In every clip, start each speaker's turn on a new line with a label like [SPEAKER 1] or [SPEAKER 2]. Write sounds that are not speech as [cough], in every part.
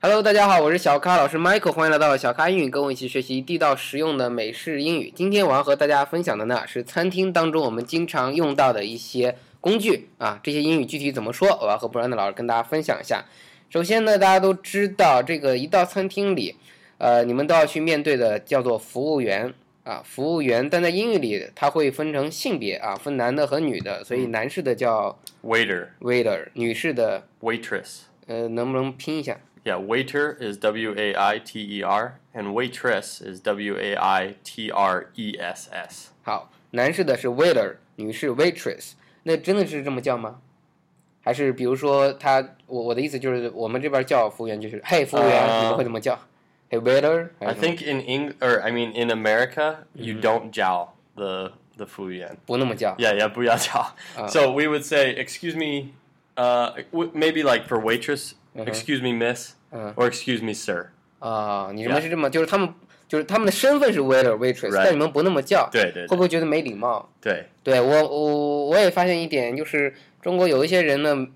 [SPEAKER 1] Hello，大家好，我是小咖老师 Michael，欢迎来到小咖英语，跟我一起学习地道实用的美式英语。今天我要和大家分享的呢是餐厅当中我们经常用到的一些工具啊，这些英语具体怎么说，我要和 Brand 老师跟大家分享一下。首先呢，大家都知道这个一到餐厅里，呃，你们都要去面对的叫做服务员啊，服务员，但在英语里它会分成性别啊，分男的和女的，所以男士的叫
[SPEAKER 2] Waiter,
[SPEAKER 1] waiter，女士的
[SPEAKER 2] waitress.
[SPEAKER 1] 呃，能不能拼一下？
[SPEAKER 2] Yeah, waiter is W A I T E R, and waitress is W A I T R E S S.
[SPEAKER 1] 好，男士的是 waiter，女士 waitress。那真的是这么叫吗？还是比如说他，我我的意思就是，我们这边叫服务员就是，嘿，服务员，
[SPEAKER 2] 呃
[SPEAKER 1] 你们会怎么叫？嘿，waiter 还是什么
[SPEAKER 2] I think in Eng or I mean in America,
[SPEAKER 1] Mm-hmm.
[SPEAKER 2] you don't jiao the the fu yuan.
[SPEAKER 1] 不那么叫。
[SPEAKER 2] Yeah, yeah, booyah jiao.
[SPEAKER 1] Uh.
[SPEAKER 2] so we would say, excuse me, uh, w- maybe like for waitress,
[SPEAKER 1] Uh-huh.
[SPEAKER 2] excuse me, miss,
[SPEAKER 1] Uh.
[SPEAKER 2] or excuse me, sir.
[SPEAKER 1] 啊、你们是这么，就是他们就是他们的身份是 waiter waitress，、
[SPEAKER 2] Right
[SPEAKER 1] 但你们不那么叫，
[SPEAKER 2] 对对对
[SPEAKER 1] 会不会觉得没礼貌？
[SPEAKER 2] 对，
[SPEAKER 1] 对我我我也发现一点，就是中国有一些人呢，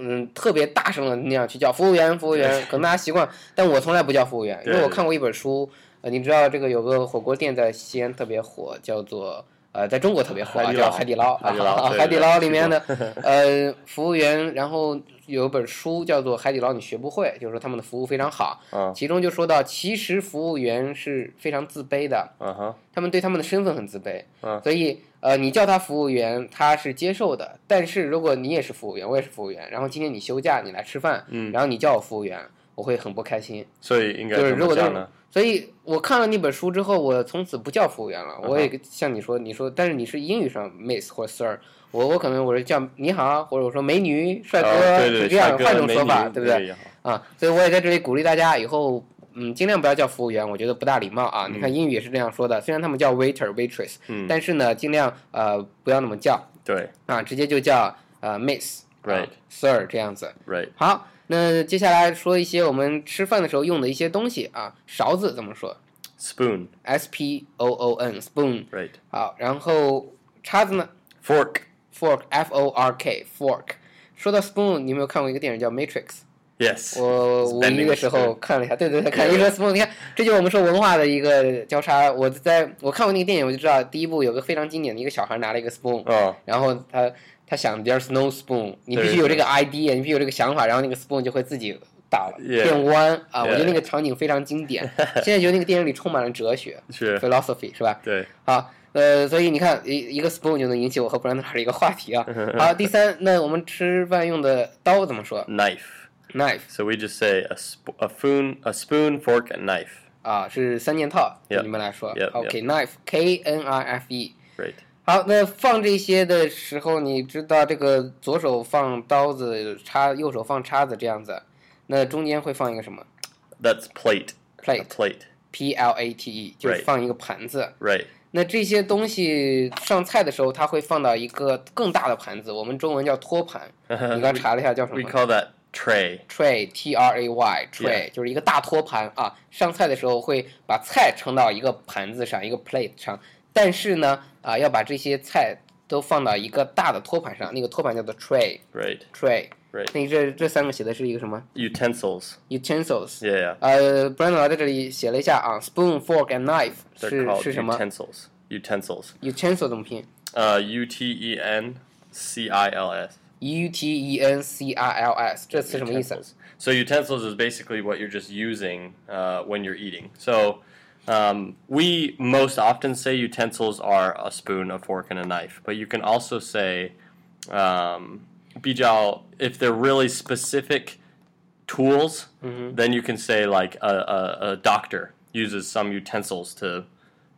[SPEAKER 1] 嗯，特别大声的那样去叫服务员，服务员，可能大家习惯，但我从来不叫服务员，因为
[SPEAKER 2] 对
[SPEAKER 1] 我看过一本书，呃，你知道这个有个火锅店在西安特别火，叫做。呃，在中国特别火、啊，
[SPEAKER 2] 海底
[SPEAKER 1] 叫
[SPEAKER 2] 捞
[SPEAKER 1] 海底捞，
[SPEAKER 2] 海底捞
[SPEAKER 1] 啊
[SPEAKER 2] 对
[SPEAKER 1] 海底
[SPEAKER 2] 对
[SPEAKER 1] 捞
[SPEAKER 2] 对
[SPEAKER 1] 里面的呃服务员，然后有一本书叫做《海底捞你学不会》，就是说他们的服务非常好，
[SPEAKER 2] 嗯
[SPEAKER 1] 其中就说到，其实服务员是非常自卑的，
[SPEAKER 2] uh huh.
[SPEAKER 1] 他们对他们的身份很自卑，
[SPEAKER 2] 嗯
[SPEAKER 1] 所以呃，你叫他服务员，他是接受的。但是如果你也是服务员，我也是服务员，然后今天你休假，你来吃饭，
[SPEAKER 2] 嗯
[SPEAKER 1] 然后你叫我服务员，我会很不开心。
[SPEAKER 2] So you
[SPEAKER 1] 就是如果都是，所以我看了那本书之后，我从此不叫服务员了。我也像你说，你说，但是你是英语上 miss 或者 sir，我我可能我是叫你好，啊或者我说美女、帅哥，
[SPEAKER 2] 啊
[SPEAKER 1] 是这样换种说法，对不对？啊，所以我也在这里鼓励大家，以后嗯，尽量不要叫服务员，我觉得不大礼貌啊。你看英语也是这样说的，虽然他们叫 waiter waitress，、
[SPEAKER 2] 嗯
[SPEAKER 1] 但是呢，尽量呃不要那么叫啊，直接就叫呃 miss、啊
[SPEAKER 2] Right
[SPEAKER 1] sir 这样子。
[SPEAKER 2] Right.
[SPEAKER 1] 好，那接下来说一些我们吃饭的时候用的一些东西啊，勺子怎么说
[SPEAKER 2] Spoon.
[SPEAKER 1] ？S P O O N spoon。
[SPEAKER 2] Right.
[SPEAKER 1] 好，然后叉子呢
[SPEAKER 2] Fork.
[SPEAKER 1] ？fork F O R K fork。说到 spoon，你有没有看过一个电影叫《Matrix》？[laughs]
[SPEAKER 2] Yes.
[SPEAKER 1] 我五
[SPEAKER 2] Spending
[SPEAKER 1] 一的时候看了一下，对对对，看了一个 spoon，你看，这就是我们说文化的一个交叉。我在我看过那个电影，我就知道第一部有个非常经典的一个小孩拿了一个 spoon，
[SPEAKER 2] 哦，
[SPEAKER 1] 然后他他想 there's no spoon，你必须有这个 idea，你必须有这个想法，然后那个 spoon 就会自己倒
[SPEAKER 2] Yeah
[SPEAKER 1] 变弯啊。我觉得
[SPEAKER 2] Yeah
[SPEAKER 1] 那个场景非常经
[SPEAKER 2] [laughs]
[SPEAKER 1] 典，现在觉得那个电影里充满了哲学
[SPEAKER 2] 是，
[SPEAKER 1] philosophy 是吧？
[SPEAKER 2] 对，
[SPEAKER 1] 好，呃，所以你看一一个 spoon 就能引起我和 Brandon 老师一个话题啊。
[SPEAKER 2] [laughs]
[SPEAKER 1] 好，第三，那我们吃饭用的刀怎么说
[SPEAKER 2] 嗯 knife.
[SPEAKER 1] ？knife。
[SPEAKER 2] So we just say a sp- a spoon, a spoon, fork, and knife.
[SPEAKER 1] 啊，是三件套，对
[SPEAKER 2] Yep.
[SPEAKER 1] 你们来说。
[SPEAKER 2] Yep,
[SPEAKER 1] OK knife K N I F E。
[SPEAKER 2] Right.
[SPEAKER 1] 好，那放这些的时候，你知道这个左手放刀子，叉右手放叉子这样子，那中间会放一个什么
[SPEAKER 2] That's plate. A
[SPEAKER 1] plate
[SPEAKER 2] plate.
[SPEAKER 1] P L A T E，就是
[SPEAKER 2] Right.
[SPEAKER 1] 放一个盘子。
[SPEAKER 2] Right.
[SPEAKER 1] 那这些东西上菜的时候，它会放到一个更大的盘子，我们中文叫托盘。你刚查了一下叫什
[SPEAKER 2] We
[SPEAKER 1] 么
[SPEAKER 2] call that tray.
[SPEAKER 1] tray T R A Y tray，
[SPEAKER 2] Yeah.
[SPEAKER 1] 就是一个大托盘啊。上菜的时候会把菜盛到一个盘子上，一个 plate 上，但是呢，啊，要把这些菜都放到一个大的托盘上，那个托盘叫做 tray
[SPEAKER 2] Right.
[SPEAKER 1] tray。
[SPEAKER 2] Right.
[SPEAKER 1] 那这这三个写的是一个什么
[SPEAKER 2] Utensils.
[SPEAKER 1] utensils？
[SPEAKER 2] Yeah. yeah.
[SPEAKER 1] 呃，Brandon 在这里写了一下啊，spoon、fork and knife
[SPEAKER 2] They're
[SPEAKER 1] 是
[SPEAKER 2] called
[SPEAKER 1] 是什么
[SPEAKER 2] utensils. Utensils.
[SPEAKER 1] ？utensil 怎么拼
[SPEAKER 2] Uh, U T E N C I L S.
[SPEAKER 1] ？U T E N C I L S，这词什么意思
[SPEAKER 2] utensils. So utensils is basically what you're just using uh, when you're eating. So um, we most often say utensils are a spoon, a fork, and a knife. But you can also say um, bijal if they're really specific tools. Then you can say like a, a, a doctor uses some utensils to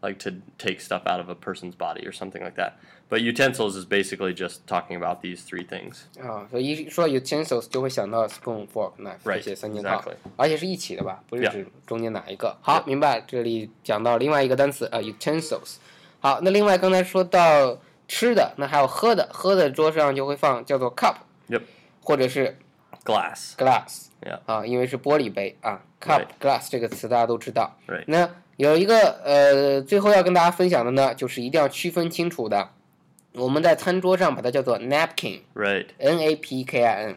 [SPEAKER 2] like to take stuff out of a person's body or something like that. But utensils is basically just talking about these three things.
[SPEAKER 1] 啊？所以一说 utensils 就会想到 spoon、fork、knife
[SPEAKER 2] Right，
[SPEAKER 1] 这些三件套
[SPEAKER 2] exactly，
[SPEAKER 1] 而且是一起的吧？不是
[SPEAKER 2] Yeah
[SPEAKER 1] 指中间哪一个？好，明白。这里讲到另外一个单词啊，utensils。好，那另外刚才说到吃的，那还有喝的，喝的桌上就会放叫做 cup
[SPEAKER 2] Yep.
[SPEAKER 1] 或者是
[SPEAKER 2] Glass.
[SPEAKER 1] glass
[SPEAKER 2] Yeah.
[SPEAKER 1] 啊，因为是玻璃杯啊，cup
[SPEAKER 2] Right
[SPEAKER 1] glass 这个词大家都知道。
[SPEAKER 2] Right.
[SPEAKER 1] 那有一个呃，最后要跟大家分享的呢，就是一定要区分清楚的。我们在餐桌上把它叫做 napkin，
[SPEAKER 2] Right.
[SPEAKER 1] N A P K I N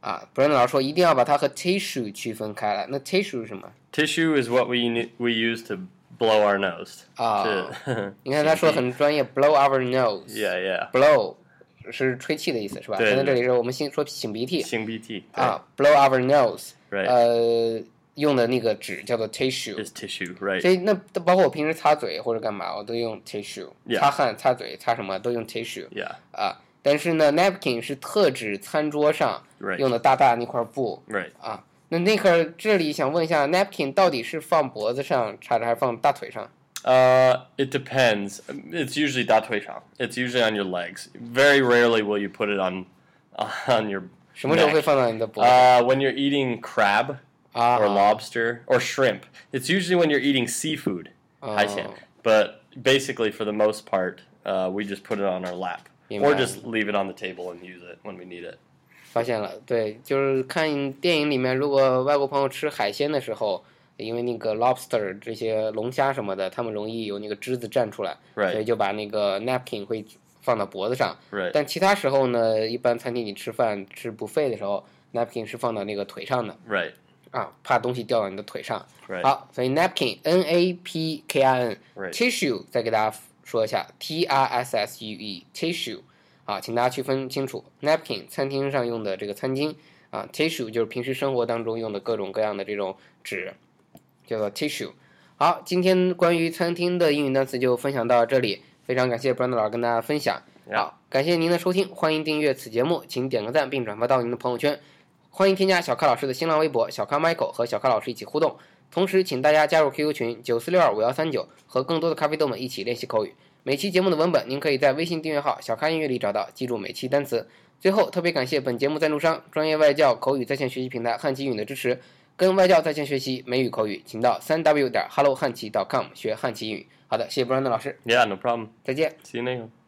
[SPEAKER 1] 啊，Brandon 老师说一定要把它和 tissue 区分开来。那 tissue 是什么？
[SPEAKER 2] Tissue is what we ne- we use to blow our nose.
[SPEAKER 1] 啊、
[SPEAKER 2] 是
[SPEAKER 1] 你看他说得很专业，blow our nose。
[SPEAKER 2] [laughs] yeah, yeah.
[SPEAKER 1] Blow 是吹气的意思是吧？
[SPEAKER 2] 对
[SPEAKER 1] 现在这
[SPEAKER 2] 对
[SPEAKER 1] 里是我们先说擤鼻涕
[SPEAKER 2] 擤鼻涕，
[SPEAKER 1] 啊，blow our nose，
[SPEAKER 2] right,
[SPEAKER 1] Uh, 呃，用的那个纸叫做 tissue。
[SPEAKER 2] is tissue, right?
[SPEAKER 1] 所以那包括我平时擦嘴或者干嘛，我都用 tissue，
[SPEAKER 2] Yeah
[SPEAKER 1] 擦汗、擦嘴、擦什么都用 tissue
[SPEAKER 2] yeah,
[SPEAKER 1] 啊。但是呢，napkin 是特指餐桌上
[SPEAKER 2] right,
[SPEAKER 1] 用的大大那块布
[SPEAKER 2] right.
[SPEAKER 1] 啊。那那块这里想问一下，napkin 到底是放脖子上插着还是放大腿上？
[SPEAKER 2] Uh, it depends. It's usually 大腿上. It's usually on your legs. Very rarely will you put it on [laughs] on your
[SPEAKER 1] 什么时候
[SPEAKER 2] neck.
[SPEAKER 1] 会放到你的脖子
[SPEAKER 2] Uh, when you're eating crab
[SPEAKER 1] 啊
[SPEAKER 2] or lobster or shrimp, it's usually when you're eating seafood.
[SPEAKER 1] 啊
[SPEAKER 2] I see. But basically, for the most part, uh, we just put it on our lap or
[SPEAKER 1] Amen.
[SPEAKER 2] just leave it on the table and use it when we need it.
[SPEAKER 1] 发现了，对，就是看电影里面，如果外国朋友吃海鲜的时候，因为那个 lobster 这些龙虾什么的，他们容易有那个汁子蘸出来，所以
[SPEAKER 2] Right,
[SPEAKER 1] 就把那个 napkin 会放到脖子上。
[SPEAKER 2] right.
[SPEAKER 1] 但其他时候呢，一般餐厅里吃饭吃不费的时候，napkin 是放到那个腿上的
[SPEAKER 2] Right,
[SPEAKER 1] 啊，怕东西掉到你的腿上。
[SPEAKER 2] right,
[SPEAKER 1] 好，所以 napkin n a p k i n
[SPEAKER 2] right.
[SPEAKER 1] tissue 再给大家说一下，t r s s u e tissue 啊，请大家区分清楚，napkin 餐厅上用的这个餐巾啊，tissue 就是平时生活当中用的各种各样的这种纸，叫做 tissue。好，今天关于餐厅的英语单词就分享到这里，非常感谢 Brand 老师跟大家分享。
[SPEAKER 2] Yeah
[SPEAKER 1] 好，感谢您的收听，欢迎订阅此节目，请点个赞并转发到您的朋友圈，欢迎添加小咖老师的新浪微博小咖 Michael 和小咖老师一起互动。同时，请大家加入 QQ 群九四六二五幺三九，和更多的咖啡豆们一起练习口语。每期节目的文本您可以在微信订阅号“小咖音乐”里找到，记住每期单词。最后，特别感谢本节目赞助商专业外教口语在线学习平台汉奇语的支持。跟外教在线学习美语口语，请到三 w 点 hello 汉奇 .com 学汉奇语。好的，谢谢 Brandon 老师，
[SPEAKER 2] Yeah, no problem.
[SPEAKER 1] 再见。
[SPEAKER 2] See you later.